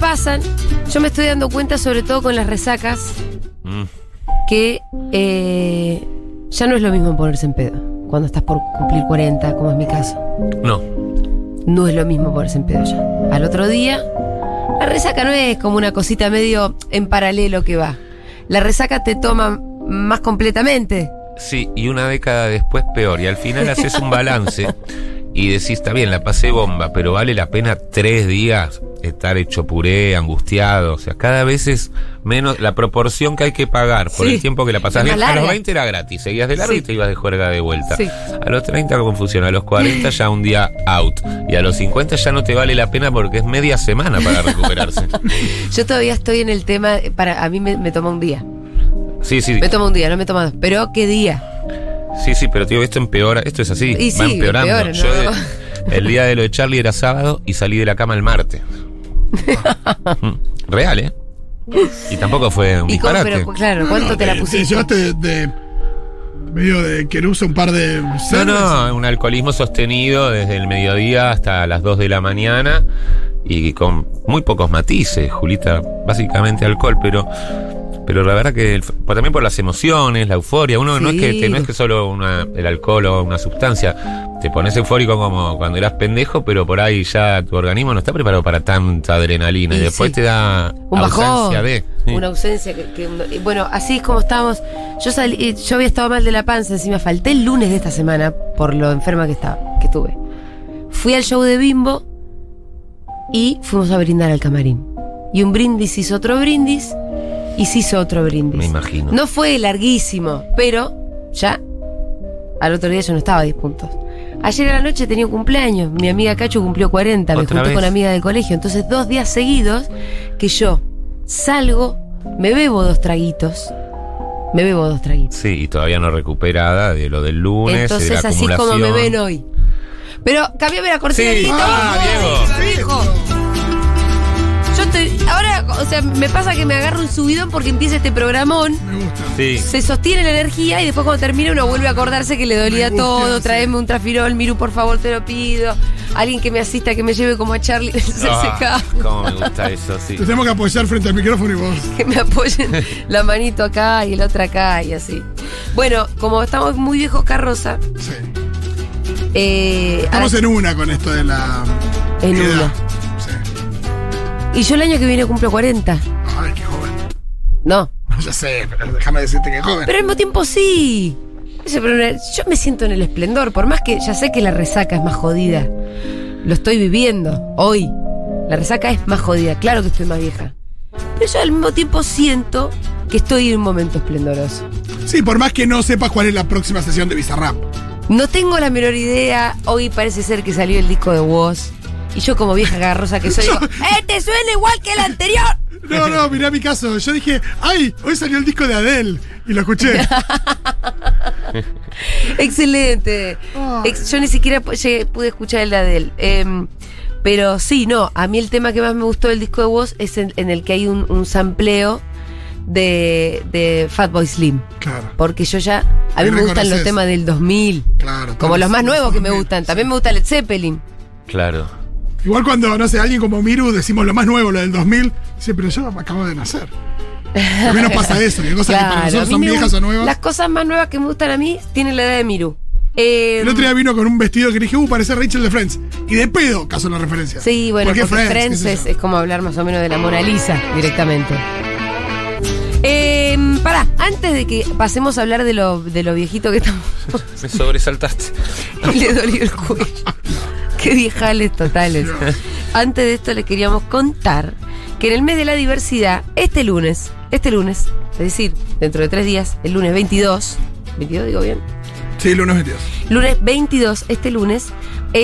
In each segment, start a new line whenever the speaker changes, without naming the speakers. pasan, yo me estoy dando cuenta, sobre todo con las resacas,
Mm.
que eh, ya no es lo mismo ponerse en pedo cuando estás por cumplir 40, como es mi caso.
No.
No es lo mismo ponerse en pedo ya. Al otro día, la resaca no es como una cosita medio en paralelo que va. La resaca te toma más completamente.
Sí, y una década después peor. Y al final haces un balance y decís, está bien, la pasé bomba, pero vale la pena tres días estar hecho puré, angustiado. O sea, cada vez es menos la proporción que hay que pagar por
Sí.
el tiempo que la pasás
Es más
bien. A los
larga.
20 era gratis, seguías de largo
Sí.
y te ibas de juerga de vuelta.
Sí.
A los 30 confusión, a los 40 ya un día out. Y a los 50 ya no te vale la pena porque es media semana para recuperarse.
Yo todavía estoy en el tema, eh, para a mí me, me toma un día.
Sí, sí,
Me toma un día, no me toma dos. Pero qué día.
Sí, sí, pero tío, esto empeora, esto es así,
Y
va
sí,
empeorando.
empeora, ¿no?
Yo de- el día de lo de Charlie era sábado y salí de la cama el martes. Mm, Real, ¿eh? Y tampoco fue un
¿Y cómo,
disparate.
pero, claro,
No,
¿cuánto
no, eh,
te la
Te
pusiste?
llevaste de, de- medio de que usa un par de.
No,
cervezas.
no, un alcoholismo sostenido desde el mediodía hasta las 2 de la mañana y con muy pocos matices, Julita, básicamente alcohol, pero pero la verdad que el- por- también por las emociones, la euforia, uno no es que
Sí.
te- no es que solo una- el alcohol o una sustancia, te pones eufórico como cuando eras pendejo, pero por ahí ya tu organismo no está preparado para tanta adrenalina y,
Y
después
sí.
te da
Un bajón.
ausencia de sí.
Una ausencia. Que, que uno- y bueno, así es como estábamos. Yo salí, eh, yo había estado mal de la panza, encima falté el lunes de esta semana por lo enferma que estaba, que estuve. Fui al show de Bimbo y fuimos a brindar al camarín. Y un brindis hizo otro brindis y se hizo otro brindis.
me imagino.
No fue larguísimo, pero ya al otro día yo no estaba a 10 puntos. Ayer a la noche tenía un cumpleaños. Mi amiga Cacho cumplió 40, me
Otra
junté
vez.
con una amiga del colegio. Entonces, dos días seguidos que yo salgo, me bebo dos traguitos. Me bebo dos traguitos.
Sí, y todavía no recuperada de lo del lunes, de la
Entonces, así es como me
acumulación.
ven hoy. Pero cambiame la cortina,
Sí.
Tito.
Ah,
Ay, viejo. Yo estoy. Ahora, o sea, me pasa que me agarro un subidón porque empieza este programón
Me gusta.
Sí.
se sostiene la energía y después cuando termina uno vuelve a acordarse que le dolía
Angustia,
todo,
sí.
traeme un trafirol, Miru, por favor, te lo pido. Alguien que me asista, que me lleve como a Charlie del
Ah,
CCK.
cómo me gusta eso, sí.
Te tenemos que apoyar frente al micrófono y vos.
Que me apoyen la manito acá y la otra acá y así. Bueno, como estamos muy viejos carroza,
Sí.
eh,
Estamos
ah,
en una con esto de la.
En
edad. Sí.
y yo el año que viene cumplo 40.
Ay, qué joven.
No.
No, ya sé, pero déjame decirte que es joven.
Pero al mismo tiempo sí. Ese problema- Yo me siento en el esplendor, por más que ya sé que la resaca es más jodida. Lo estoy viviendo hoy. La resaca es más jodida, claro que estoy más vieja. Pero yo al mismo tiempo siento que estoy en un momento esplendoroso.
Sí, por más que no sepas cuál es la próxima sesión de Bizarrap.
No tengo la menor idea, hoy parece ser que salió el disco de Woz. Y yo como vieja garrosa que soy, digo, ¡Este suena igual que el anterior!
No, no, mirá mi caso. Yo dije, ay, hoy salió el disco de Adele. Y lo escuché.
Excelente. Ex- yo ni siquiera pu- llegué- pude escuchar el de Adele. Em, pero sí, no, a mí el tema que más me gustó del disco de voz es en, en el que hay un, un sampleo de, de Fatboy Slim.
Claro,
Porque yo ya. A mí
Y
me gustan los
reconoces.
temas del 2000.
claro.
Como
Todos
los más nuevos que me
2000,
gustan.
sí.
También me gusta el Zeppelin.
Claro.
Igual cuando, no sé, alguien como Miru decimos lo más nuevo, lo del 2000, sí, pero yo acabo de nacer. Al menos pasa eso, que cosas que para
Claro, a
nosotros
mí
son
me
viejas
gust-
o nuevas.
Las cosas más nuevas que me gustan a mí tienen la edad de Miru. Em,
El otro día vino con un vestido que le dije, uh, parece Rachel de Friends. Y de pedo, caso la referencia.
Sí, bueno,
¿Por qué
porque Friends,
¿Qué sé
es,
yo?
es como hablar más o menos de la Mona Lisa directamente. Eh, pará, antes de que pasemos a hablar de lo, de lo viejito que estamos,
Me sobresaltaste.
le dolió el cuello. Qué viejales totales. Antes de esto les queríamos contar que en el mes de la diversidad, este lunes, este lunes, es decir, dentro de tres días, el lunes 22, 22 digo bien,
Sí, lunes 22.
Lunes 22, este lunes,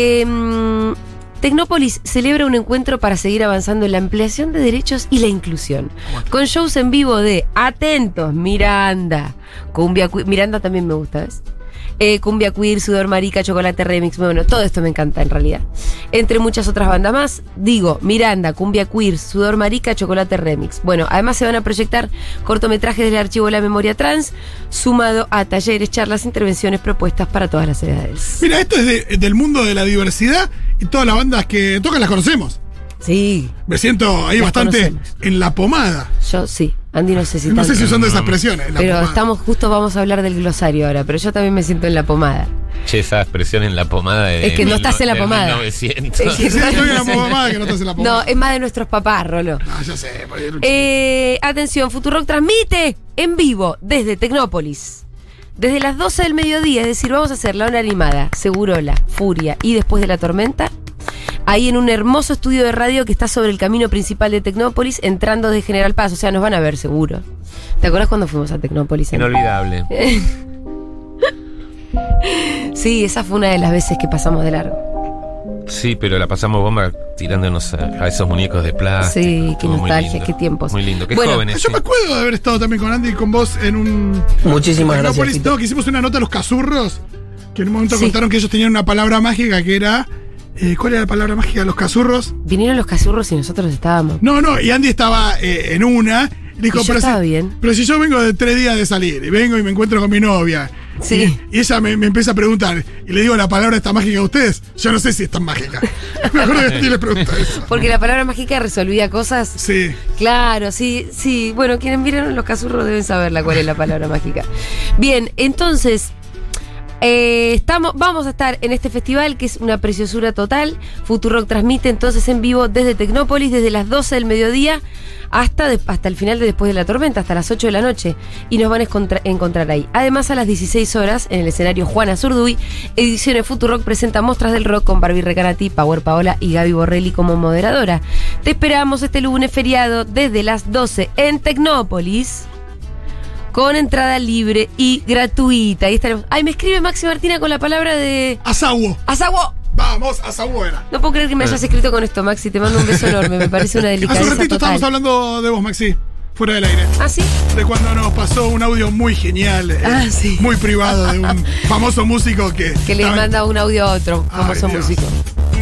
em, Tecnópolis celebra un encuentro para seguir avanzando en la ampliación de derechos y la inclusión. Con shows en vivo de Atentos, Miranda, Cumbia Queer, Miranda también me gusta, ¿ves? Eh, Cumbia Queer, Sudor Marica, Chocolate Remix, bueno, todo esto me encanta en realidad. Entre muchas otras bandas más, digo, Miranda, Cumbia Queer, Sudor Marica, Chocolate Remix. Bueno, además se van a proyectar cortometrajes del archivo de la memoria trans, sumado a talleres, charlas, intervenciones, propuestas para todas las edades.
Mira, esto es de- del mundo de la diversidad y todas las bandas que tocan las conocemos.
Sí,
Me siento ahí
Las
bastante
conocemos.
en la pomada.
yo sí. Andy no sé si
No
tanto.
sé si usando esas expresiones. en la
Pero
pomada.
estamos justo, vamos a hablar del glosario ahora, pero yo también me siento en la pomada.
Che, esa expresión en la pomada de.
Es que no estás en la
de
pomada.
1900.
Es que-
Sí, estoy en la pomada que no estás en la
No,
pomada.
es más de nuestros papás, Rolo.
Ah, ya sé, por ahí era un
Eh, atención, Futurock transmite en vivo desde Tecnópolis. Desde las 12 del mediodía, es decir, vamos a hacer la hora animada, Segurola, Furia y después de la tormenta. Ahí en un hermoso estudio de radio que está sobre el camino principal de Tecnópolis, entrando de General Paz. O sea, nos van a ver seguro. ¿Te acuerdas cuando fuimos a Tecnópolis?
Inolvidable.
Sí, esa fue una de las veces que pasamos de largo.
Sí, pero la pasamos bomba tirándonos a, a esos muñecos de plástico.
Sí, qué
Estuvo muy
nostalgia,
lindo.
qué tiempos.
Muy lindo, qué
Bueno,
jóvenes.
Yo
sí.
me acuerdo de haber estado también con Andy y con vos en un.
Muchísimas
Tecnópolis,
gracias. Tito.
no, que hicimos una nota a los cazurros. Que en un momento
Sí.
contaron que ellos tenían una palabra mágica que era. eh, ¿Cuál era la palabra mágica de los cazurros?
Vinieron los cazurros y nosotros estábamos.
No, no, y Andy estaba eh, en una. y Dijo,
Y yo
pero,
estaba
si,
bien.
pero si yo vengo de tres días de salir y vengo y me encuentro con mi novia.
Sí.
Y, y ella me, me empieza a preguntar, y le digo la palabra está mágica a ustedes. Yo no sé si es tan mágica. me acuerdo que Andy le pregunta eso.
Porque la palabra mágica resolvía cosas.
Sí.
Claro, sí, sí. Bueno, quienes vieron los casurros deben saber la cuál es la palabra mágica. Bien, entonces. eh, estamos, vamos a estar en este festival que es una preciosura total. Futurock transmite entonces en vivo desde Tecnópolis, desde las 12 del mediodía hasta, de- hasta el final de Después de la Tormenta, hasta las 8 de la noche. Y nos van a encontra- encontrar ahí. Además, a las 16 horas, en el escenario Juana Zurduy, Ediciones Futurock presenta Mostras del Rock con Barbie Recanati, Power Paola y Gaby Borrelli como moderadora. Te esperamos este lunes feriado desde las 12 en Tecnópolis con entrada libre y gratuita. Ahí estaremos. Ay, me escribe Maxi Martina con la palabra de
Asawo.
Asago.
Vamos, Asawo era.
No puedo creer que me hayas escrito con esto, Maxi. Te mando un beso enorme. Me parece una
Eh. Hace
delicadeza
un ratito
total.
estábamos hablando de vos, Maxi, fuera del aire.
¿Ah, sí?
De cuando nos pasó un audio muy genial, eh,
Ah, sí.
muy privado, de un famoso músico que.
Que le
estaba-
manda un audio a otro,
Ay,
famoso
Dios.
músico.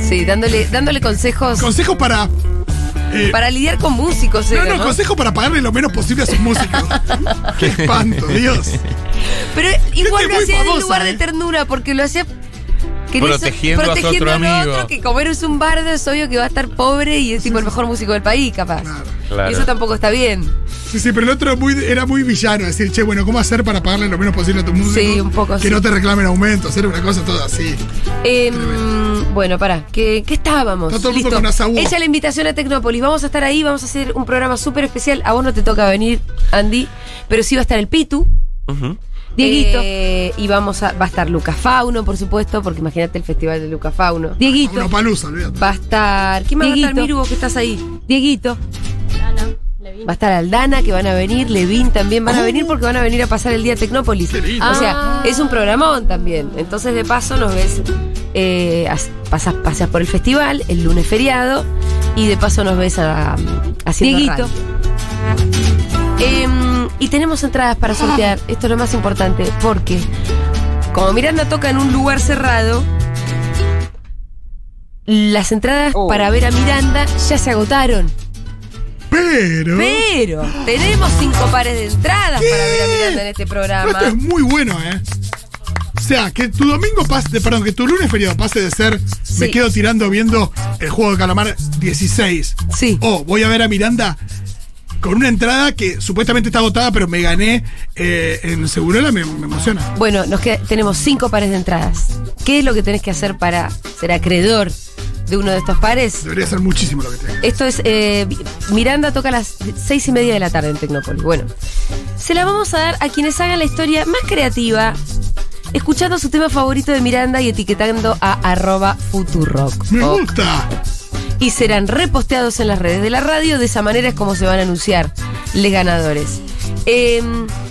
Sí, dándole, dándole consejos
Consejos para. eh,
para lidiar con músicos.
no,
era,
no,
¿no?
consejos para pagarle lo menos posible a sus músicos. Qué espanto, Dios.
Pero igual
Gente
lo
muy
hacía en un
famosa,
lugar de
eh.
ternura, porque lo hacía. que en eso-
Protegiendo a su
protegiendo
otro
al
amigo.
que como eres un bardo es obvio que va a estar pobre y es tipo el mejor músico del país, capaz.
Claro.
Claro.
Y eso tampoco está bien.
Sí, sí, pero el otro muy- era muy villano. Decir, che, bueno, ¿cómo hacer para pagarle lo menos posible a tus músicos?
Sí, un poco
Que
sí.
no te reclamen aumentos, hacer una cosa toda así.
Em, bueno, pará, ¿qué, qué estábamos?
Está todo el mundo con asaú.
Hecha la invitación a Tecnópolis, vamos a estar ahí, vamos a hacer un programa súper especial. A vos no te toca venir, Andy, pero sí va a estar el Pitu.
Ujú.
Dieguito. y vamos a, va a estar Luca Fauno, por supuesto, porque imagínate el festival de Luca Fauno. Dieguito.
Una palusa, olvídate.
Va a estar. ¿Quién más va a estar, Miru, vos que estás ahí? Dieguito. Va a estar Aldana, que van a venir, Levin también van a venir porque van a venir a pasar el día a Tecnópolis.
Qué lindo.
O sea, es un programón también. Entonces, de paso, nos ves, eh, as- pasas, pasas por el festival, el lunes feriado, y de paso nos ves a, haciendo
Dieguito.
radio. Em, y tenemos entradas para sortear. Esto es lo más importante, porque como Miranda toca en un lugar cerrado, las entradas para ver a Miranda ya se agotaron.
Pero.
Pero tenemos cinco pares de entradas para ver a Miranda en este
Pero
programa.
esto es muy bueno, ¿eh? O sea, que tu domingo pase, de- perdón, que tu lunes feriado pase de ser me
Sí.
quedo tirando viendo el juego de calamar 16.
Sí.
O voy a ver a Miranda con una entrada que supuestamente está agotada, pero me gané eh, en Segurola, me, me emociona.
Bueno, nos queda- tenemos cinco pares de entradas. ¿Qué es lo que tenés que hacer para ser acreedor de uno de estos pares?
Debería ser muchísimo lo que tenga.
Esto es. eh, Miranda toca a las seis y media de la tarde en Tecnópolis. Bueno, se la vamos a dar a quienes hagan la historia más creativa, escuchando su tema favorito de Miranda y etiquetando a arroba Futurock.
Me
Ok.
gusta.
y serán reposteados en las redes de la radio. De esa manera es como se van a anunciar los ganadores. Eh,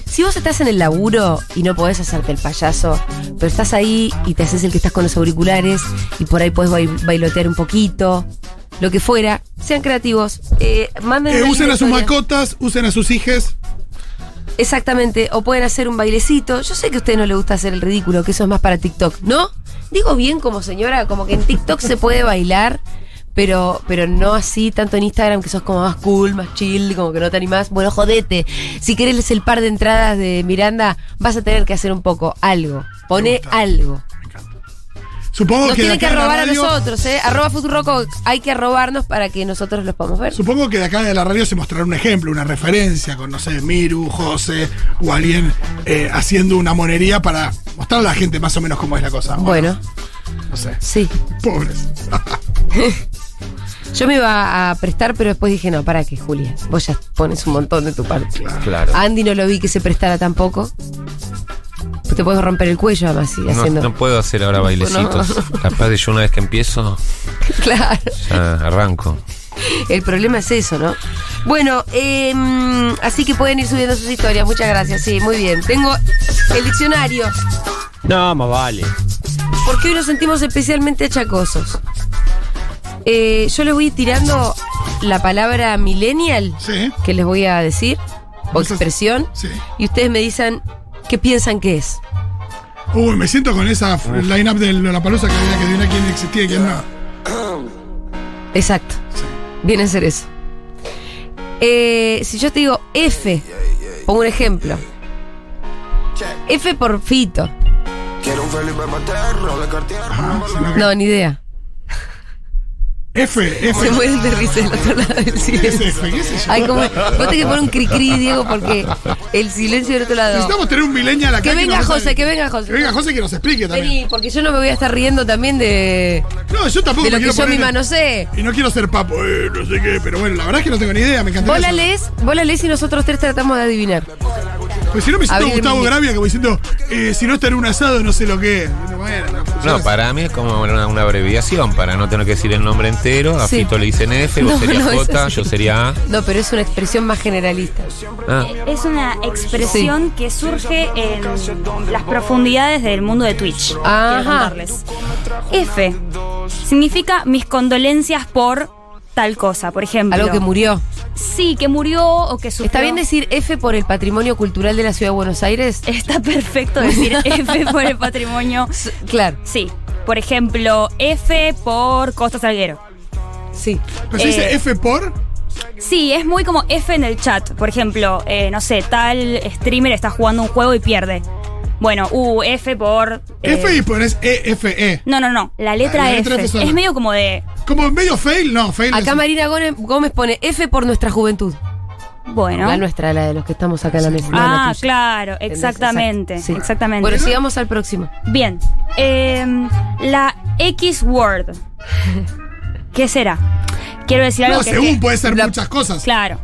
si vos estás en el laburo y no podés hacerte el payaso, pero estás ahí y te haces el que estás con los auriculares y por ahí podés bail- bailotear un poquito, lo que fuera, sean creativos. Eh, manden
Eh,
una
usen
linda
a sus
historia.
mascotas, usen a sus hijes.
Exactamente, o pueden hacer un bailecito. Yo sé que a usted no le gusta hacer el ridículo, que eso es más para TikTok, ¿no? Digo bien como señora, como que en TikTok se puede bailar, pero, pero no así tanto en Instagram, que sos como más cool, más chill, como que no te animás. Bueno, jodete. Si querés el par de entradas de Miranda, vas a tener que hacer un poco, algo. Pone
gusta.
algo.
Supongo
Nos
que. de
tienen que
acá la
robar a
radio-
nosotros, ¿eh? Arroba Futuroco, hay que robarnos para que nosotros los podamos ver.
Supongo que de acá de la radio se mostrará un ejemplo, una referencia con, no sé, Miru, José o alguien eh, haciendo una monería para mostrar a la gente más o menos cómo es la cosa. ¿o no?
Bueno,
No sé.
sí.
Pobres.
Yo me iba a prestar, pero después dije, no, para que Julia, vos ya pones un montón de tu parte.
Claro.
Andy no lo vi que se prestara tampoco. Pues Te puedes romper el cuello además y
No,
haciendo.
no puedo hacer ahora bailecitos. Capaz de yo una vez que empiezo,
Claro.
ya arranco.
El problema es eso, ¿no? Bueno, eh, así que pueden ir subiendo sus historias. Muchas gracias. Sí, muy bien. Tengo el diccionario.
No, más vale.
Porque hoy nos sentimos especialmente achacosos. Eh, yo les voy tirando la palabra millennial
Sí.
que les voy a decir o
Vamos a-
expresión
Sí.
y ustedes me dicen qué piensan que es.
Uy, me siento con esa f- line-up de la palusa que había que adivinar quién existía y quién no.
Exacto. Viene a ser eso. Eh, si yo te digo F, pongo un ejemplo. F por Fito.
Quiero un Felipe Paterno de Cartier.
Ah, sí, no.
No, ni idea.
F, F.
Se mueren de risa del otro lado del
¿Qué es
silencio.
F? ¿Qué es
Ay, como, vos tenés que poner un cri-cri, Diego, porque el silencio del otro lado.
Necesitamos tener un milenio a la
Que
calle
venga
nos-
José, que venga José.
Que venga José que nos explique también.
Vení, porque yo no me voy a estar riendo también de,
No, yo tampoco
de lo
me
que
quiero
yo
poner-
misma no sé.
Y no quiero ser papo, eh, no sé qué, pero bueno, la verdad es que no tengo ni idea, me encantaría.
Vos la
saber.
lees, vos la lees y nosotros tres tratamos de adivinar.
Pues si no me siento
Abrir el
Gustavo
mini.
Gravia como diciendo, eh, si no está en un asado no sé lo que es. Bueno, bueno, no funciona
No,
así.
para mí es como una, una abreviación, para no tener que decir el nombre entero. A
Sí.
Fito le dicen F, vos
No,
serías
no, es
J,
así.
yo sería A.
No, pero es una expresión más generalista.
Ah,
Es una expresión que surge en las profundidades del mundo de Twitch. quiero
Ajá.
contarles. F significa mis condolencias por tal cosa, por ejemplo.
Algo que murió.
Sí, que murió o que sufrió.
¿Está bien decir F por el patrimonio cultural de la ciudad de Buenos Aires?
Está perfecto decir F por el patrimonio.
S- Claro,
Sí, por ejemplo, F por Costa Salguero.
sí.
Pero se dice
eh,
F por.
Sí, es muy como F en el chat. Por ejemplo, eh, no sé, tal streamer está jugando un juego y pierde. Bueno, U, F por... eh,
F y pones E, EFE.
No, no, no. La letra,
La letra
F.
F sola.
Es medio como de.
Como medio fail, no, fail.
Acá
es-
Marina Gómez, Gómez pone F por nuestra juventud.
Bueno.
La nuestra, la de los que estamos acá en la mesa. no la
ah,
tuya.
claro,
¿Entendés?
exactamente.
Exacto, sí.
Exactamente.
Bueno, sigamos al próximo.
Bien. em, la X word. ¿Qué será? Quiero decir algo
No,
que.
según puede ser
la-
muchas cosas.
Claro.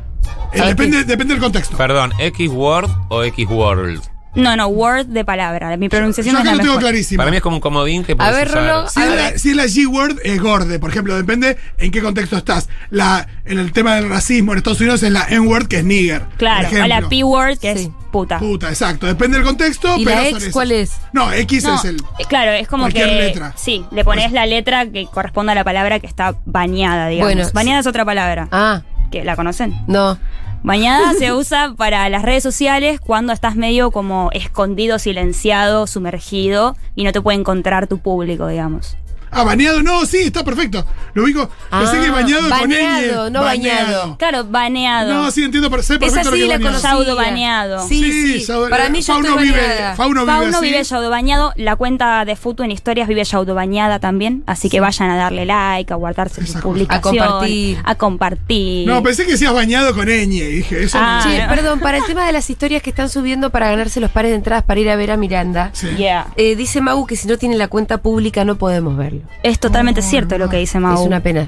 Eh, depende, depende del contexto.
perdón, X Word o X World.
No, no, word de palabra. Mi
Yo
pronunciación no
acá
es
lo
la
tengo
mejor.
clarísimo.
Para mí es como un comodín que
A
podés
ver,
usar.
Rolo.
Si es, la, si es la G-word, es gorde, por ejemplo, depende en qué contexto estás. La, en el tema del racismo en Estados Unidos es la N-word, que es nigger.
Claro.
por
o la
ejemplo.
P word, que
Sí.
es puta.
Puta, exacto. Depende del contexto,
¿Y
pero.
la
son
X
esas.
cuál es?
No, X
No,
es el.
eh, claro, es como
cualquier
que.
letra.
Sí, le pones la letra que corresponde a la palabra que está bañada, digamos.
Bueno,
bañada es otra palabra.
Ah,
Que la conocen.
no.
Bañada se usa para las redes sociales cuando estás medio como escondido, silenciado, sumergido y no te puede encontrar tu público, digamos.
Ah, bañado, no, sí, está perfecto. Lo ubico. pensé
Ah,
que bañado, con
bañado,
ñ,
no bañado.
Claro, baneado.
No, sí, entiendo, pero sé
Esa
perfecto lo
sí
que
la
es bañado.
conocía.
Saudo bañado.
Sí, sí.
Saudo-
Para mí yo
Fauno
estoy
vive,
bañada.
Fauno vive
Fauno
así.
vive yaudo bañado, la cuenta de Futu en historias vive yaudo bañada también, así que vayan a darle like, a guardarse sus
Esa cosa.
publicaciones,
A compartir.
a compartir.
No, pues, pensé que decías bañado con ñ, y dije, eso.
Ah,
Che,
no.
perdón, para el tema de las historias que están subiendo para ganarse los pares de entradas para ir a ver a Miranda.
Sí.
Yeah.
eh, dice Magu que si no tiene la cuenta pública no podemos verlo.
Es totalmente cierto lo que dice Mau.
Es una pena.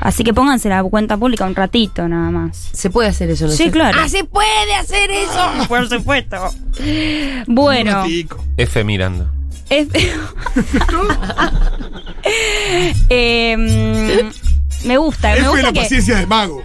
Así que pónganse la cuenta pública un ratito nada más.
Se puede hacer eso, ¿no es
Sí,
cierto?
claro.
¡Ah, se puede hacer eso!
Por supuesto. Bueno,
Ratico.
F Miranda.
es- Em, me gusta, me
F
gusta
la
que
paciencia del mago.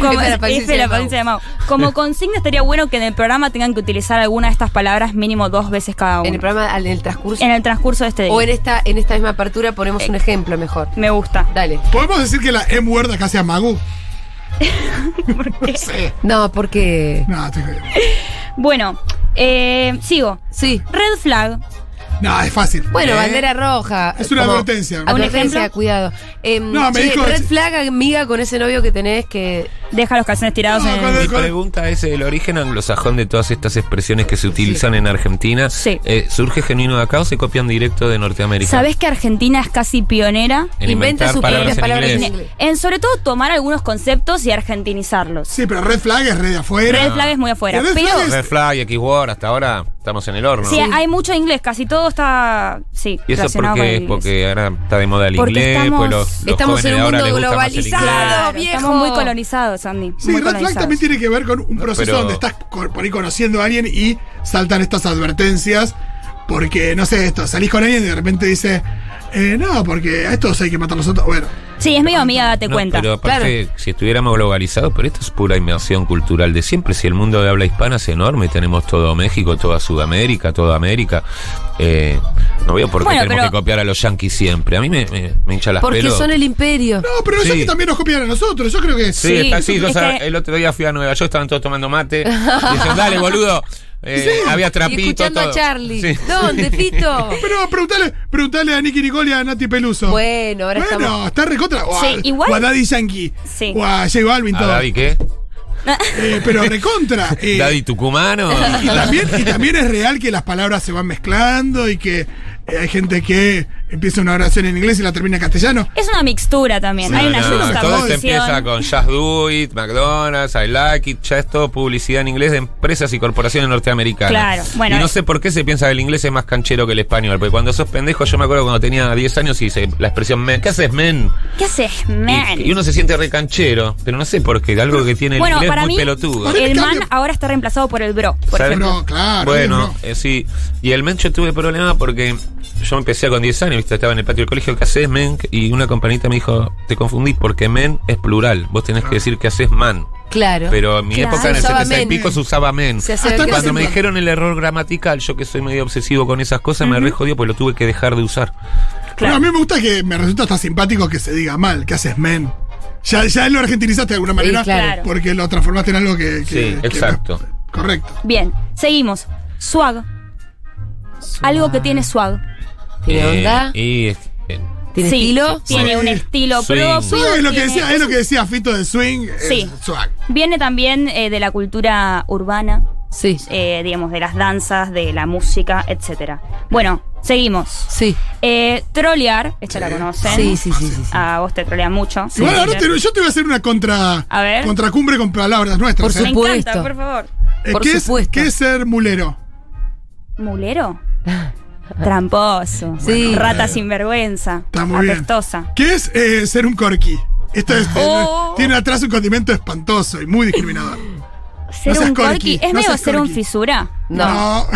como,
F la
F
paciencia
la
de Mau.
paciencia de Mau. Como consigna estaría bueno que en el programa tengan que utilizar alguna de estas palabras mínimo dos veces cada uno.
En el programa, al- en el transcurso.
En el Eh. transcurso de este día.
o en esta, en esta misma apertura ponemos un ejemplo mejor.
Me gusta.
Dale.
¿Podemos decir que la M-word acá sea mago?
¿Por qué?
No, porque.
No, te
Bueno, eh, sigo.
Sí.
Red flag
No, es fácil.
Bueno,
¿Eh?
bandera roja.
Es una advertencia. ¿Un
Advertencia,
ejemplo?
cuidado. Em,
No, me
che,
dijo-
red flag, amiga, con ese novio que tenés que.
Deja los calzones tirados
No,
en
cuando-
Mi pregunta es, ¿el origen anglosajón de todas estas expresiones que se utilizan en Argentina
Sí.
eh, surge genuino de acá o se copian directo de Norteamérica?
¿Sabés que Argentina es casi pionera?
Inventa
En inventar
sus propias
palabras en
palabras en
inglés.
inglés.
En sobre todo tomar algunos conceptos y argentinizarlos.
Sí, pero red flag es red de afuera.
Red flag es muy afuera.
Red
Pero
flag es-
Red Flag, X-Word, hasta ahora estamos en el horno.
sí, hay mucho inglés, casi todo está sí,
¿Y eso
relacionado
por
con el
qué?
inglés.
Porque ahora está de moda el
Porque
inglés,
estamos-
pues los, los
estamos
jóvenes
en un
de ahora les
mundo
gusta más el inglés.
globalizado.
Claro,
viejo.
Estamos muy colonizados, Andy.
Sí,
muy
red flag
colonizados.
también tiene que ver con un proceso
pero-
donde estás co- por ahí conociendo a alguien y saltan estas advertencias. Porque, no sé, esto, salís con alguien y de repente dice, eh, no, porque a estos hay que matarlos a todos. Bueno,
Sí, es medio amiga, date
No,
cuenta.
Pero aparte, si estuviéramos globalizados, pero esto es pura inmersión cultural de siempre. Si el mundo de habla hispana es enorme, tenemos todo México, toda Sudamérica, toda América. eh, no veo por qué
Bueno,
tenemos
pero-
que copiar a los yanquis siempre. A mí me, me, me hincha las
Porque
pelotas.
son el imperio.
no, pero eso
Sí.
es que también nos copian a nosotros. Yo creo que
Sí,
Sí,
está- sí, yo
es
sab-
que-
el otro día fui a Nueva York, estaban todos tomando mate. Y dicen, dale, boludo. Eh, Había
y
trapito.
escuchando
todo.
a Charlie.
Sí.
¿Dónde, Fito?
Pero preguntale, preguntale a Nicky Nicole y a Nati Peluso.
Bueno, ahora
Bueno,
estamos-
está recontra. O a,
Sí, igual-
o a Daddy Yankee.
Sí.
O a J Balvin,
¿A
todo.
Daddy qué?
Eh, pero recontra. eh,
¿Daddy Tucumano?
y, también, y también es real que las palabras se van mezclando y que eh, hay gente que empieza una oración en inglés y la termina en castellano.
Es una mixtura también. Hay una
No,
justa
todo
se
esto
confusión.
empieza con Just Do It, McDonald's, I Like It, ya es todo publicidad en inglés de empresas y corporaciones norteamericanas.
Claro, bueno,
y no
eh.
sé por qué se piensa que el inglés es más canchero que el español, porque cuando sos pendejo, yo me acuerdo cuando tenía 10 años y se- la expresión men, ¿qué haces men?
¿Qué haces,
Y-
man?
Y, uno se siente re canchero, pero no sé por qué, algo que tiene el
bueno,
inglés
para
muy
mí,
pelotudo.
Para mí
el man
cambia-
ahora está reemplazado por el bro. por
¿Sabes?
ejemplo.
No, claro.
Bueno,
no.
eh, sí. Y el men yo tuve problemas porque yo empecé con 10 años, ¿viste? estaba en el patio del colegio, ¿qué haces, men? Y una compañita me dijo, te confundís porque men es plural, vos
Ah.
tenés que decir que haces man.
Claro.
Pero en mi
Claro.
época en el
Usaba
70 y
men.
pico se usaba men.
Se hace
Hasta
ver que
Cuando
hace-
me dijeron el error gramatical, yo que soy medio obsesivo con esas cosas, me re jodió porque lo tuve que dejar de usar.
Pero
Claro.
a mí me gusta que me resulta hasta simpático que se diga mal, que haces men. Ya, ya lo argentinizaste de alguna manera
claro.
porque lo transformaste en algo que. que-
Sí,
que-
exacto.
correcto.
Bien, seguimos. Swag. Algo que tiene swag.
¿Tiene
Eh,
onda?
y es- eh,
¿Tiene
Sí,
estilo?
Tiene
Sí.
un estilo
Swing.
propio.
Swag es lo que
tiene-
decía, es lo que decía Fito de swing. es
Sí.
swag.
Viene también eh, de la cultura urbana,
Sí.
eh, digamos, de las danzas, de la música, etcétera. Bueno, seguimos.
Sí.
Eh, trolear, esta la conocen.
Sí, sí, sí, sí, sí.
A vos te trolean mucho.
Igual
Sí.
ahora te- yo te voy a hacer una contra,
A ver.
contracumbre con palabras nuestras.
Por
Me
¿eh?
Supuesto.
encanta, por favor.
Eh,
por
¿qué es-
supuesto.
¿Qué es ser mulero?
¿Mulero? Tramposo.
Sí.
Rata sinvergüenza.
Está muy bien.
Apestosa.
¿Qué es eh, ser un corqui? Esto es, eh,
Oh.
tiene atrás un condimento espantoso y muy discriminador.
Ser
seas
un
corky,
corky. Es
no
medio
seas
ser un
corky.
fisura.
No.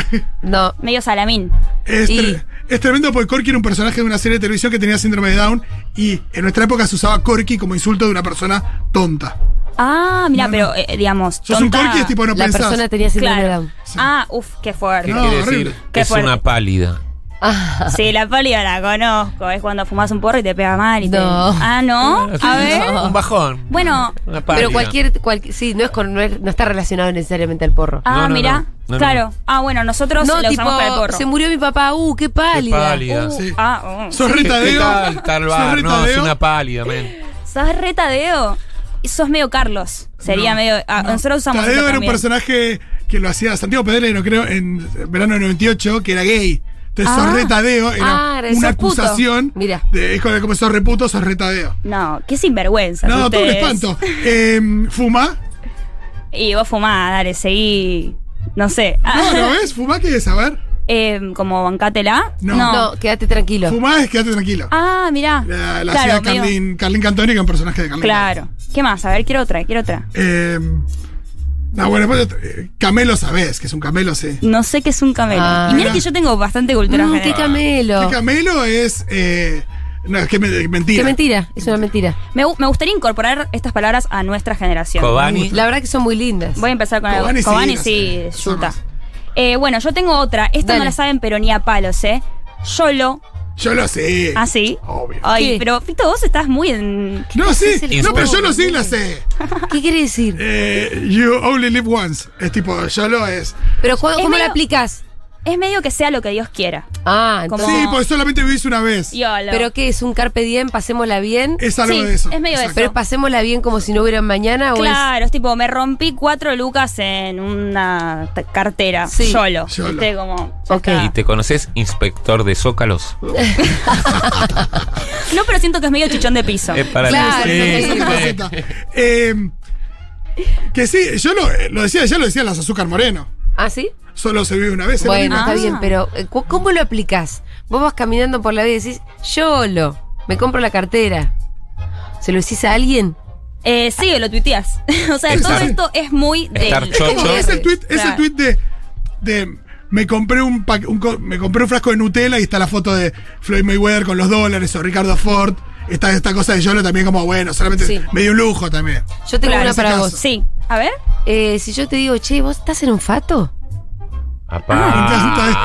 No.
Medio salamín.
Es,
Y-
tre- es tremendo porque Corky era un personaje de una serie de televisión que tenía síndrome de Down y en nuestra época se usaba Corky como insulto de una persona tonta.
Ah, mira, pero eh, digamos.
Sos un
tonta-
Corky es tipo no
La
pensás.
persona tenía síndrome de
Claro.
Down.
Ah, uff, qué
¿Qué
fuerte.
No,
quiere
horrible.
decir?
Qué
es
fuerte.
una pálida.
Ah,
Sí, la pálida la conozco. Es cuando fumas un porro y te pega mal. Y te-
No.
Ah, no. A ver.
Un bajón.
Bueno,
Una pálida.
pero cualquier, cualquier. Sí, no, es con, no, es- no está relacionado necesariamente al porro.
Ah,
No, no,
mira.
no. No, no.
claro. Ah, bueno, nosotros
no,
la
tipo,
usamos para el porro.
se murió mi papá. Uh, qué pálida.
Qué pálida.
Uh,
Sí.
Ah, oh.
Sos
¿Qué- qué
retadeo.
tal, tal
sos
bar? No, es
retadeo.
una pálida, men.
¿Sos re Tadeo? Sos medio Carlos. Sería medio. ah, Nosotros usamos.
Tadeo
esto
era un
también.
personaje que lo hacía Santiago Pedrero, creo, en verano del 98, que era gay. Entonces,
Ah.
sos retadeo era
Ah, era
una
sos puto.
acusación.
Mirá.
De, es como, como sos reputo, sos retadeo.
No, qué sinvergüenza.
No, todo un
ustedes.
espanto. Em, ¿Fuma?
Y vos fumá, dale, seguí. No sé.
No,
Ah,
¿no ves? ¿Fumá qué es? A ver.
eh, como bancátela.
No.
No, quédate tranquilo.
Fumá es quédate tranquilo.
Ah, mirá.
La, la
claro,
hacía
medio-
Carlín, Carlín Cantoni, que era un personaje de Carlín.
Claro. ¿Qué más? A ver, quiero otra, quiero otra.
Em, no, bueno, pues, eh, Camelo sabés, que es un camelo, sí.
No sé qué es un camelo.
Ah.
y mira
Mirá.
que yo tengo bastante cultura
Mm, qué
general.
camelo.
El camelo es. eh, no, es que me- mentira.
Qué mentira. Es una mentira.
Me, gu- me gustaría incorporar estas palabras a nuestra generación.
Kobani.
La verdad que son muy lindas.
Voy a empezar con
Kobani
algo.
sí,
Kobani
no
sí,
sé.
yuta.
Somos.
Eh, bueno, yo tengo otra. Esta
Dale.
no la saben, pero ni a palos, ¿eh? Yolo,
Yo lo sé.
así.
Obvio.
Ay,
¿Qué?
pero Fito, vos estás muy en.
No, sí.
es el
No, pero
juego,
yo lo sí
boludo?
la sé.
¿Qué quiere decir?
Eh, you only live once. Es tipo, yo lo es.
Pero ¿cu- ¿cómo,
medio-
la aplicas?
es medio que sea lo que Dios quiera.
Ah,
Como-
entonces-
Sí, porque solamente vivís una vez.
Yolo.
¿Pero qué es? ¿Un carpe diem? ¿Pasémosla bien?
Es algo
Sí,
de eso.
es medio de
Exacto.
¿Pero es pasémosla bien como si no hubiera mañana? ¿O
Claro, es tipo, me rompí cuatro lucas en una t- cartera.
Sí.
Solo.
Yolo.
Viste, como, ya
Ok.
está.
¿Y te conoces inspector de Zócalos?
No, pero siento que es medio chichón de piso.
Es para
Claro,
Eh,
mí.
sí,
Esa es la faceta. Eh, que sí, yo lo, eh, lo decía, ya lo decían las azúcar moreno.
es? ¿Ah, sí?
Solo se vive una vez. es la
Bueno,
misma.
está
Ah.
bien, pero eh, cu- ¿cómo lo aplicás? Vos vas caminando por la vida y decís, yo lo, me compro la cartera. ¿Se lo decís a alguien?
Eh, sí, lo tuiteas. o sea,
Estar-
todo esto es muy
estar
del...
chocho.
es el tweet, es el
Claro.
tweet de, de me compré un, pa- un co- me compré un frasco de Nutella y está la foto de Floyd Mayweather con los dólares o Ricardo Ford. Esta, esta cosa de Yolo también como bueno, solamente
Sí.
me dio un lujo también.
Yo tengo
Claro,
una
en
para
ese
vos.
Sí. A ver.
Eh, si yo te digo, che, ¿vos estás en un fato?
Apá.
me encanta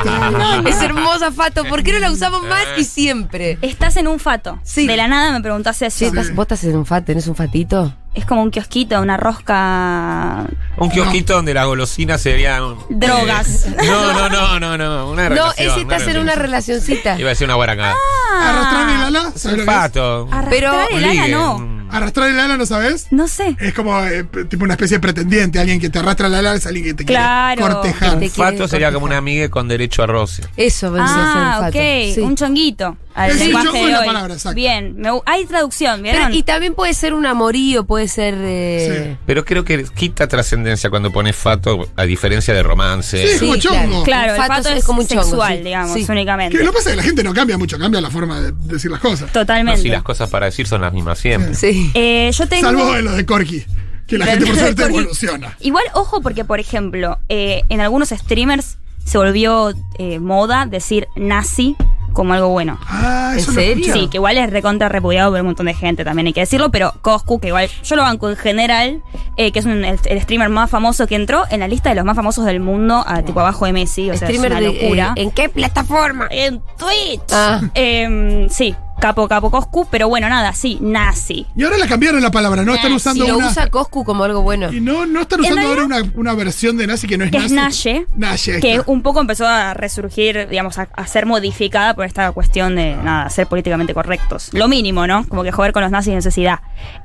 esta.
Es hermosa fato, ¿por qué no la usamos más y siempre?
Estás en un fato.
Sí.
De la nada me preguntás eso.
Che, ¿estás- ¿vos estás en un fato? ¿Tenés un fatito?
Es como un kiosquito, una rosca. Ah.
Un kiosquito donde las golosinas serían.
Drogas.
eh, no, no, no, no, no. Una
No,
relación,
ese estás en una relacioncita.
Iba a decir una guaracada.
Arrastrar el ala,
Es
¿sabes
un
lo que es?
pato.
Arrastrar
Pero-
el ala,
Ligue,
no.
un-
Arrastrar el ala, ¿no sabes?
No sé.
Es como eh, p- tipo una especie de pretendiente, alguien que te arrastra el ala es alguien que te
Claro.
quiere cortejar.
Que te-
Fato sería como una amiga con derecho a roce.
Eso vendría
Ah,
a
ok.
ser un fato. sí.
Un chonguito. Al
El
lenguaje
chongo
de
es la
hoy.
palabra, exacto.
Bien. me gu- hay traducción,
Pero-
¿vieron?
y también puede ser un amorío, puede ser... eh,
Pero creo que quita trascendencia cuando pones fato, a diferencia de romance.
Sí. Es como chongo.
claro, el
Un
fato, es, como un
chongo,
sexual,
sí.
digamos,
Sí.
únicamente.
Que lo que pasa es que la gente no cambia mucho, cambia la forma de decir las cosas.
No,
Totalmente.
si las cosas para decir son las mismas siempre.
Sí.
Eh, yo tengo.
Salvo de los de Corgi, que la gente por suerte evoluciona.
Igual, ojo, porque, por ejemplo, eh, en algunos streamers se volvió eh, moda decir nazi como algo bueno.
Ah,
¿En
eso lo
serio?
escuché.
Sí, que igual es recontra repudiado por un montón de gente, también hay que decirlo, pero Coscu, que igual yo lo banco en general, eh, que es un- el, el streamer más famoso que entró en la lista de los más famosos del mundo, a, tipo abajo de Messi, o sea, es
Streamer
una
de,
locura.
eh, ¿En qué plataforma?
en Twitch.
Ah.
Em, sí, capo, capo Coscu, pero bueno, nada, sí, nazi.
Y ahora la cambiaron la palabra, no
Ah,
están usando
Y lo
una.
usa Coscu como algo bueno.
Y no, no están
En
usando ahora una, una versión de nazi que no es
Que
nazi.
es Naye,
Naye, ahí
que
está.
un poco empezó a resurgir, digamos, a, a ser modificada por esta cuestión
Ah.
de, nada, ser políticamente correctos. Lo mínimo, ¿no? Como que joder con los nazis es necesidad.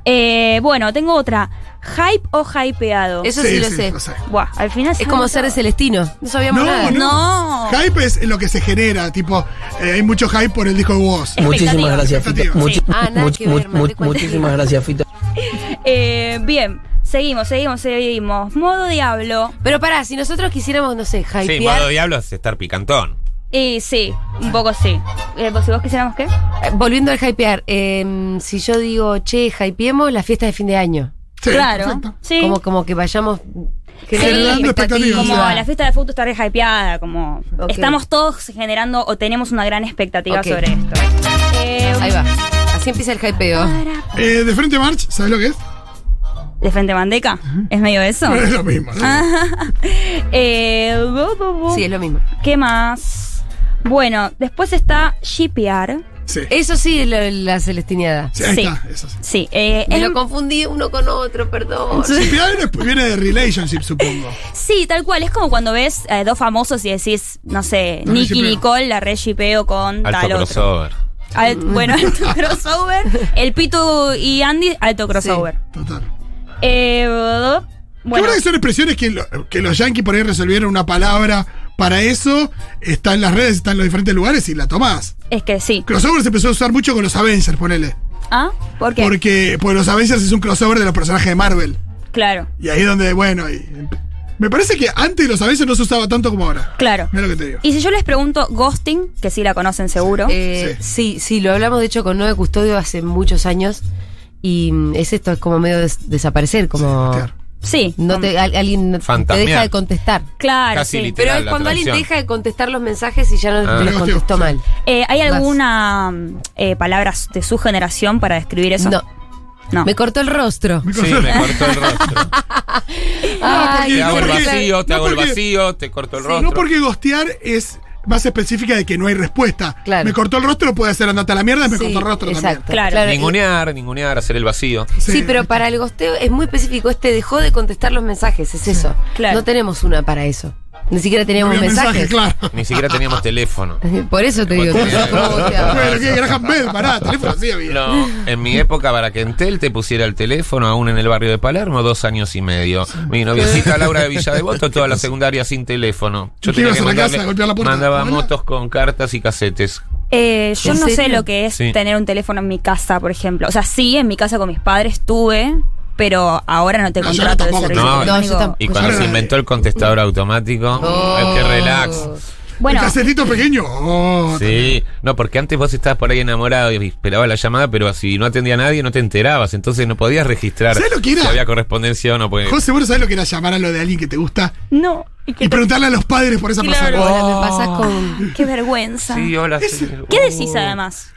Eh, bueno, tengo otra. ¿Hype o hypeado?
Eso sí, lo sé.
lo sé.
Buah, al final...
Es como ser de Celestino. No sabíamos
No,
nada.
No.
Hype es lo que se genera, tipo, eh, hay mucho hype por el disco de Woz.
Eh,
Muchísimas gracias, Fito.
Expectativa.
Muchi-
Sí. Ah, nada
much-
que ver,
much-
mandé
much-
cuenta.
muchísimas gracias, Fito.
Eh, bien, seguimos, seguimos, seguimos. Modo diablo.
Pero pará, si nosotros quisiéramos, no sé,
Sí,
hypear.
modo diablo es estar picantón.
Y sí, un poco sí. Eh, ¿vos- si vos quisiéramos qué?
eh, volviendo al hypear, eh, si yo digo, che, hypeemos la fiesta de fin de año.
Sí,
claro.
perfecto.
Sí.
Como, como que vayamos
Generando expectativas.
Como
Iba.
la fiesta de fútbol está re hypeada, como
Ok.
estamos todos generando o tenemos una gran expectativa
Ok.
sobre esto. Eh,
Ahí va. Así empieza el hypeo.
Eh, de frente March, ¿sabes lo que es?
¿De frente mandeca? ¿Es medio eso?
No es lo mismo. ¿no?
Eh, bu, bu, bu.
Sí, es lo mismo.
¿Qué más? Bueno, después está shipear.
Sí.
Eso sí es lo- la celestineada.
Sí, ahí
Eh, sí.
está, eso sí.
Sí, eh,
Me
es-
lo confundí uno con otro, perdón.
Cipriano viene de relationship, supongo.
sí, tal cual. Es como cuando ves eh, dos famosos y decís, no sé,
La
Nicky
reshipeo.
Nicole, la re shipeo con
Alto
tal otro.
crossover.
Al- bueno, alto crossover. El Pitu y Andy, alto crossover.
Total.
Eh,
La
bueno,
verdad que son expresiones que, lo- que los yankees por ahí resolvieron una palabra para eso. Está en las redes, está en los diferentes lugares y la tomás.
es que sí.
Crossover se empezó a usar mucho con los Avengers, ponele.
¿Ah? ¿Por qué?
Porque, porque los Avengers es un crossover de los personajes de Marvel.
Claro,
Y ahí es donde, bueno, y- me parece que antes los Avengers no se usaba tanto como ahora.
claro.
Mira lo que te digo.
Y si yo les pregunto ghosting, que sí la conocen seguro.
Eh, sí. sí, lo hablamos de hecho con Noé Custodio hace muchos años. Y mm, es esto, es como medio des- desaparecer, como.
Claro.
sí.
no te, al- alguien no- te
Fantasmear.
deja de contestar.
Claro,
Casi
sí.
literal.
Pero es
la
cuando alguien te
traducción.
deja de contestar los mensajes y ya no
Ah.
los contestó
Sí.
mal.
Eh, ¿Hay
Vas.
alguna mm, eh, palabra de su generación para describir eso?
No,
No.
me cortó el rostro.
Sí, me cortó el rostro.
Ay,
Te
no
hago el
porque-
vacío, te
no
hago el
porque-
vacío, te corto el
No
rostro.
porque gostear es más específica de que no hay respuesta.
Claro.
Me cortó el rostro, puede hacer andate a la mierda, Ah, me
sí,
cortó el rostro
exacto.
también.
Claro.
Ningunear, ningunear, hacer el vacío.
Sí,
Sí.
pero para el gosteo es muy específico. Este dejó de contestar los mensajes, es eso.
Claro.
No tenemos una para eso. Ni siquiera teníamos
Había
mensajes.
claro.
Ni siquiera teníamos teléfono.
Por eso te digo,
Porque-
teníamos como boteado.
Bueno, ¿qué? Graham Bell, pará, teléfono sí había.
No, en mi época, para que Entel te pusiera el teléfono, aún en el barrio de Palermo, dos años y medio. Mi noviecita Laura de Villa Devoto, toda la secundaria sin teléfono. Yo
¿Qué
tenía
ibas
que
a la
mandarle-
casa, golpear la puerta?
mandaba
Hola.
motos con cartas y casetes.
Eh, yo
¿En
no sé
serio?
lo que es
Sí.
tener un teléfono en mi casa, por ejemplo. O sea, sí, en mi casa con mis padres tuve, pero ahora no te
No, yo
contrato el
tampoco
servicio
tengo. No,
yo
electrónico.
tampoco.
Y
Pues
cuando se inventó el contestador automático,
Oh.
¡ay, qué relax!
Bueno,
El casetito pequeño. Oh,
Sí, no, porque antes vos estabas por ahí enamorado y esperabas la llamada, pero si no atendía a nadie no te enterabas, entonces no podías registrar
¿Sabés lo que era?
si había correspondencia o no. Porque...
José, seguro sabés lo que era llamar a lo de alguien que te gusta
no. y que-
y preguntarle a los padres por esa
Claro.
Oh.
persona.
Hola, me pasás con.
Qué vergüenza.
Sí, hola, sí.
¿Qué
Uh.
decís además?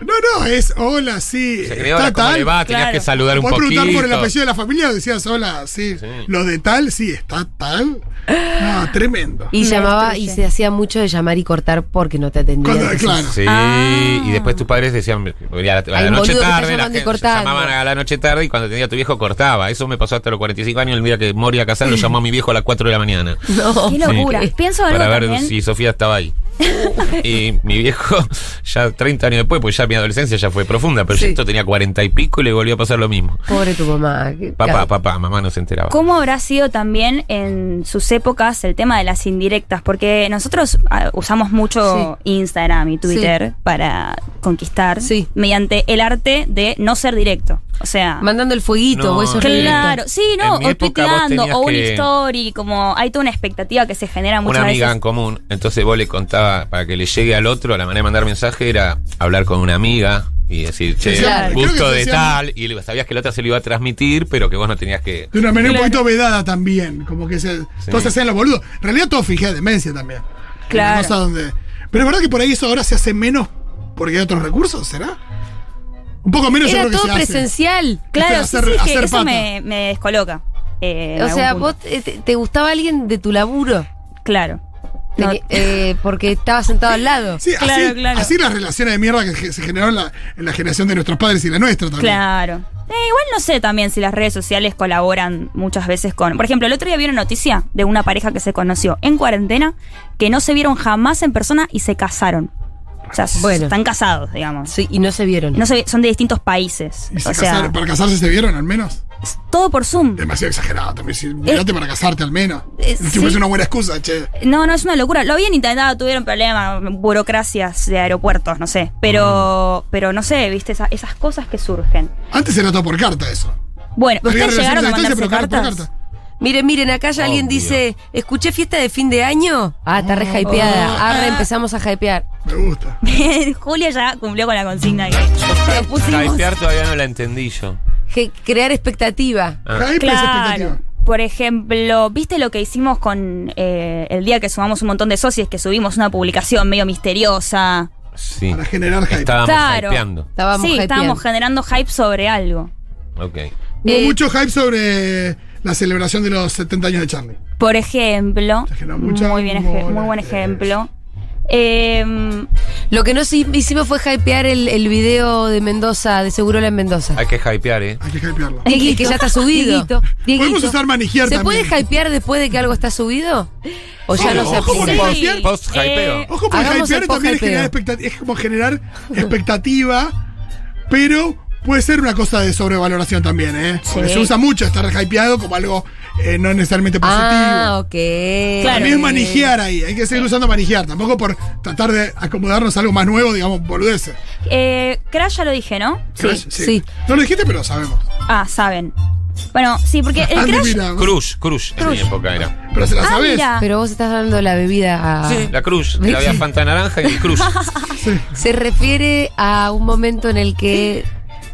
No, no, es hola, sí. eh,
Se creó, hola,
Está
¿cómo le
tal.
va? Tenías
Claro.
que saludar un
Podés
poquito.
preguntar por el apellido de la familia o decías hola, sí.
Sí.
Lo de tal, sí, está tal. No, tremendo.
Y
Me
llamaba y
destruye.
se hacía mucho de llamar y cortar porque no te atendían.
Cuando-
Entonces,
claro.
Sí,
Ah.
y después tus padres decían a la, a la
Ay,
noche
boludo, que te
tarde, la
llaman de
gente-
cortando.
llamaban a la noche tarde y cuando tenía a tu viejo cortaba. Eso me pasó hasta los 45 años, el día que Moria Casal lo llamó a mi viejo a las 4 de la mañana.
No.
Qué locura. Pienso algo
eh, Para ver
también.
si Sofía estaba ahí. y mi viejo, ya 30 años después, pues ya mi adolescencia ya fue profunda, pero
Sí.
yo esto tenía 40 y pico y le volvió a pasar lo mismo.
Pobre tu mamá. qué-
Papá, papá, mamá no se enteraba.
¿Cómo habrá sido también en sus épocas el tema de las indirectas? Porque nosotros ah, usamos mucho Instagram y Twitter para conquistar
Sí.
mediante el arte de no ser directo. O sea,
Mandando el fueguito
No,
o eso.
claro, sí, no,
En mi
o
época vos
tuiteando,
tenías
o una
que-
story, como hay toda una expectativa que se genera muchas
una amiga en
veces.
común. Entonces vos le contaba para que le llegue al otro, la manera de mandar mensaje era hablar con una amiga y decir, che,
Sí, claro. Creo
gusto
que
de
se
tal, y le- sabías que la otra se lo iba a transmitir, pero que vos no tenías que.
De una manera un poquito vedada también. Como que se, todos se hacían los boludos. En realidad todo fingía demencia también.
Claro.
Una cosa donde- pero es verdad que por ahí eso ahora se hace menos porque hay otros recursos, ¿será? Un poco menos yo
Era
creo que
todo
se hace.
presencial.
Claro, sí,
hacer-
sí, es que
hacer
eso
pata.
me, me descoloca. eh, en
O
algún
sea,
punto.
vos eh, te, te gustaba alguien de tu laburo.
Claro.
de
No,
que- eh, porque estaba sentado al lado.
Sí,
Claro,
así,
claro.
así las relaciones de mierda que se generaron en la, en la generación de nuestros padres y la nuestra también.
Claro. Eh, igual no sé también si las redes sociales colaboran muchas veces con. Por ejemplo, el otro día vi una noticia de una pareja que se conoció en cuarentena, que no se vieron jamás en persona y se casaron. O sea, s-
Bueno.
están casados, digamos.
Sí, y no se vieron.
No se- son de distintos países.
Y se
O sea,
casaron- para casarse se vieron al menos.
es todo por Zoom.
Demasiado exagerado también. Si, mirate para casarte al menos.
eh,
si
sí.
fuese una buena excusa, che.
No, no, es una locura. Lo habían intentado, tuvieron problemas, burocracias de aeropuertos, no sé.
Mm.
Pero, pero no sé, viste, Esa- esas cosas que surgen.
Antes era todo por carta eso.
Bueno,
Había
¿ustedes
relaciones
llegaron a
distancia,
mandarse
pero
cartas?
por carta.
Miren, miren, acá ya alguien
Obvio.
dice, escuché fiesta de fin de año. Ah, está
Oh.
re hypeada.
Ah.
Arre, empezamos a hypear.
Me gusta.
Julia ya cumplió con la consigna que que pusimos.
Skypear todavía no la entendí yo.
Je- crear expectativa.
Ah.
Ahí pesa
Claro.
expectativa.
Por ejemplo, ¿viste lo que hicimos con eh, el día que sumamos un montón de socios? Que subimos una publicación medio misteriosa.
Sí.
Para generar hype.
Estábamos
Claro.
hypeando.
Estábamos
sí,
hypeando.
estábamos generando hype sobre algo.
Ok.
Hubo
Eh,
mucho hype sobre la celebración de los 70 años de Charlie.
Por ejemplo,
Se generó mucha
muy, bien eje- muy buen
bola.
ejemplo. Em,
Lo que no si- hicimos fue hypear el, el video de Mendoza, de Segurola en Mendoza.
Hay que hypear, ¿eh?
Hay que hypearlo.
Que- Que, ya está subido.
Dieguito.
Dieguito.
Podemos usar manijear
¿Se
también.
puede hypear después de que algo está subido? ¿O Pues ya
Sí,
no se
ojo,
aplica?
porque-
Post- post-hypeo.
eh,
Ojo, porque
Hagamos
hypear
el
también es,
post-hypeo.
generar expectat- es como generar expectativa, pero puede ser una cosa de sobrevaloración también, ¿eh? Porque
Sí.
se usa mucho estar hypeado como algo eh, no necesariamente positivo.
Ah, ok.
Claro.
También es manijear ahí, hay que seguir usando manijear, tampoco por tratar de acomodarnos a algo más nuevo, digamos, boludeces.
eh, Crash ya lo dije, ¿no?
Crash,
sí.
No lo dijiste, pero sabemos.
Ah, saben. Bueno, sí, porque el
Andy,
Crash.
Ah, mira,
Crush, crush, en mi época era.
Pero se la
Ah,
sabes.
mira.
Pero vos estás hablando de la bebida. a-
Sí, la crush. que Había Fanta Naranja y el crush.
Se refiere a un momento en el que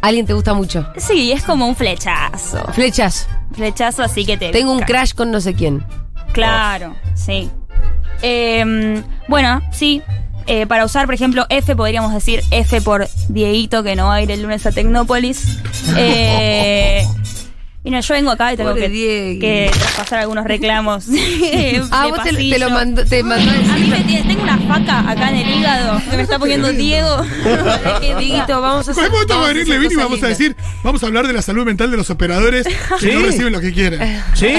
alguien te gusta mucho.
Sí, es como un flechazo.
Flechas.
Flechazo así que te.
Tengo un
ca-
crash con no sé quién.
Claro, sí. Eh, bueno, sí. eh, para usar, por ejemplo, F, podríamos decir F por Dieguito, que no va a ir el lunes a Tecnópolis. Eh, mira, yo vengo acá y tengo
Pobre
que,
Diego.
que traspasar algunos reclamos. de
Ah, vos te, te
pasillo.
lo mandó, te mandó el
A mí me tiene- tengo una faca acá en el hígado que me está poniendo Diego.
Eh, Dieguito, vamos a
En cualquier momento va a venir
hacer
Levin y
cosas
vamos a
lindas.
decir, vamos a hablar de la salud mental de los operadores que no reciben lo que quieren.
Sí.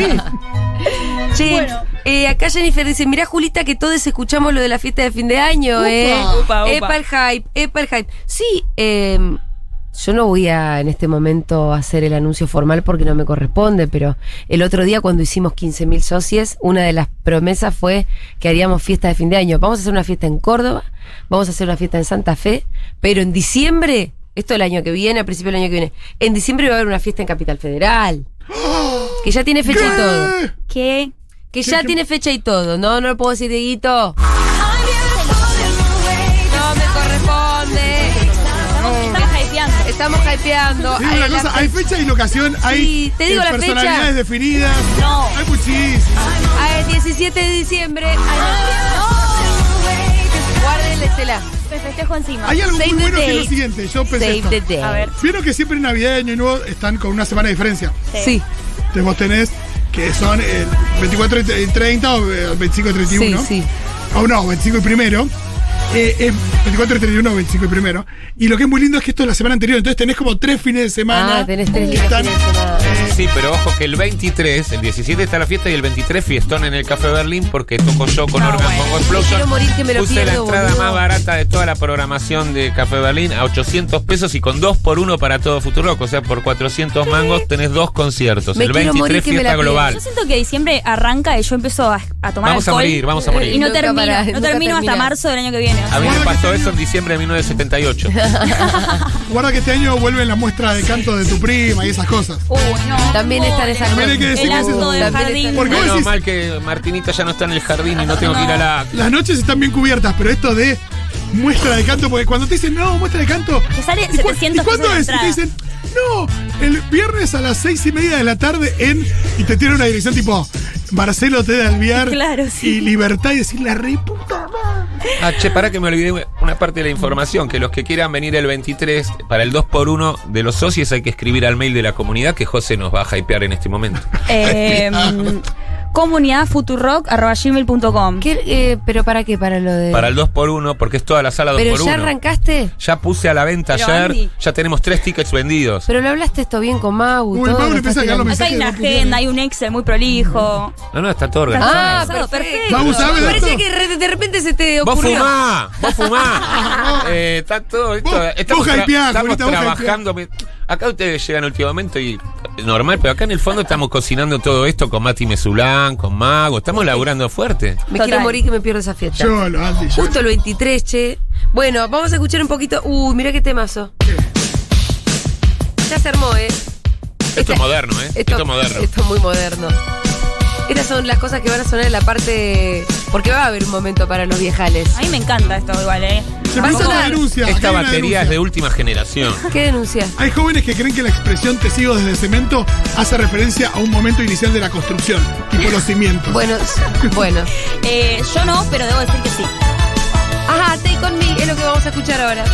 Che,
Bueno.
Eh, acá Jennifer dice, mirá Julita que todos escuchamos lo de la fiesta de fin de año,
Upa.
¿eh?
Upa, upa.
Epa el hype, epa el hype. Sí, eh, yo no voy a en este momento hacer el anuncio formal porque no me corresponde, pero el otro día cuando hicimos 15.000 socios, una de las promesas fue que haríamos fiesta de fin de año. Vamos a hacer una fiesta en Córdoba, vamos a hacer una fiesta en Santa Fe, pero en diciembre, esto el año que viene, a principio del año que viene, en diciembre va a haber una fiesta en Capital Federal. Que ya tiene fecha y todo.
¿Qué?
Que ya tiene fecha y todo. No, no lo puedo decir, Dieguito. No me corresponde.
Estamos hypeando.
Estamos hypeando.
Sí, una
Ay, la
cosa, hay fecha y locación, hay
Sí, te digo
eh,
la fecha.
personalidades definidas.
No.
Hay muchísimas.
Ah, el 17 de diciembre. Guarden la estela.
Me festejo encima.
Hay algo
Save
muy
the
bueno que es
date.
lo siguiente. Yo pensé.
Save
Pues esto.
the day.
A ver.
Vieron que siempre en Navidad y Año Nuevo están con una semana de diferencia.
Sí,
Entonces vos tenés que son el 24 y tre- 30 o eh, 25 y
sí,
31.
sí.
O no, 25 y primero. Eh, eh, 24 y 31, 25 y primero. Y lo que es muy lindo es que esto es la semana anterior. Entonces tenés como tres fines de semana.
Ah, tenés tres
que
libros
están-
de semana.
Sí, pero ojo que el 23, el 17 está la fiesta y el 23 fiestón en el Café Berlín porque toco yo con
No,
Organ
bueno.
Bongo Explosion.
Ah, Quiero morir que me lo
Puse la
pierdo,
entrada
boludo.
más barata de toda la programación de Café Berlín a 800 pesos y con 2 por 1 para todo Futurock. O sea, por 400 mangos tenés dos conciertos.
Me
el
quiero
23
morir que me la
fiesta
pierdo.
global.
Yo siento que diciembre arranca y yo empiezo a, a tomar
Vamos a
alcohol.
morir, vamos a morir.
Y no
Nunca
termino,
para-
no
nunca
termino hasta
termina.
marzo del año que viene.
A mí me
Guarda que
pasó
tenía-
eso en diciembre de 1978.
Guarda que este año vuelve la muestra de canto de tu prima y esas cosas.
Uy, no.
También
pobre.
están esas
También hay que decir
El
que
acto
eso-
del
También
jardín.
están-
Porque vos
Menos
decís,
mal que Martinita ya no está en el jardín y no tengo que ir a
Ah.
la...
las noches están bien cubiertas, pero esto de muestra de canto, porque cuando te dicen no, muestra de canto.
Que sale
¿y cua-
700
¿Y cuándo
pesos la
es? Y te
entrada.
dicen, no, el viernes a las seis y media de la tarde en. Y te tiran una dirección tipo Marcelo T. de Alviar
Claro, sí.
y Libertad y decir la reputa madre".
Ah, che, pará que me olvidé una parte de la información, que los que quieran venir el 23 para el 2x1 de los socios hay que escribir al mail de la comunidad que José nos va a hypear en este momento.
Eh, comunidadfuturock.gmail.com
¿Qué, eh, ¿Pero para qué? Para lo de...
Para el 2x1, porque es toda la sala 2x1.
¿Pero ya arrancaste?
Ya puse a la venta
Pero,
ayer,
Andy.
ya tenemos tres tickets vendidos.
Pero lo hablaste esto bien con Mau.
Uy,
todo,
Mau le
lo
empieza a
estás
caer los
tirando.
Acá hay
mensajes
una
no pudieron.
agenda, hay un Excel muy prolijo.
No, no, está todo organizado.
Ah,
Pensado,
perfecto.
Mau, ¿sabes de
Parece
esto?
que re- de repente se te
Vos
ocurrió.
fumá, vos fumá. Eh, está todo esto.
Vos-
estamos
vos
tra-
hypeás,
estamos
Julieta, vos
trabajando. Acá ustedes llegan al último momento y eh, normal, pero acá en el fondo estamos cocinando todo esto con Mati Mesulán, con Mago. Estamos laburando fuerte.
Me
Total.
quiero morir que me pierdo esa fiesta.
Yo lo Andy, yo.
Justo el 23, che. Bueno, vamos a escuchar un poquito. Uy, mirá qué temazo. Ya se armó, ¿eh?
Esto es moderno, ¿eh? Esto es moderno.
Esto es muy moderno. Estas son las cosas que van a sonar en la parte. Porque va a haber un momento para los viejales.
A mí me encanta esto igual, eh.
Se
Va a
empieza una
sonar.
denuncia. acá
Esta
hay una
batería es
denuncia.
de última generación.
¿Qué denuncia?
Hay jóvenes que creen que la expresión te sigo desde cemento hace referencia a un momento inicial de la construcción, tipo los cimientos.
Bueno, s- bueno.
Eh, Yo no, pero debo decir que sí.
Ajá, Take On Me es lo que vamos a escuchar ahora.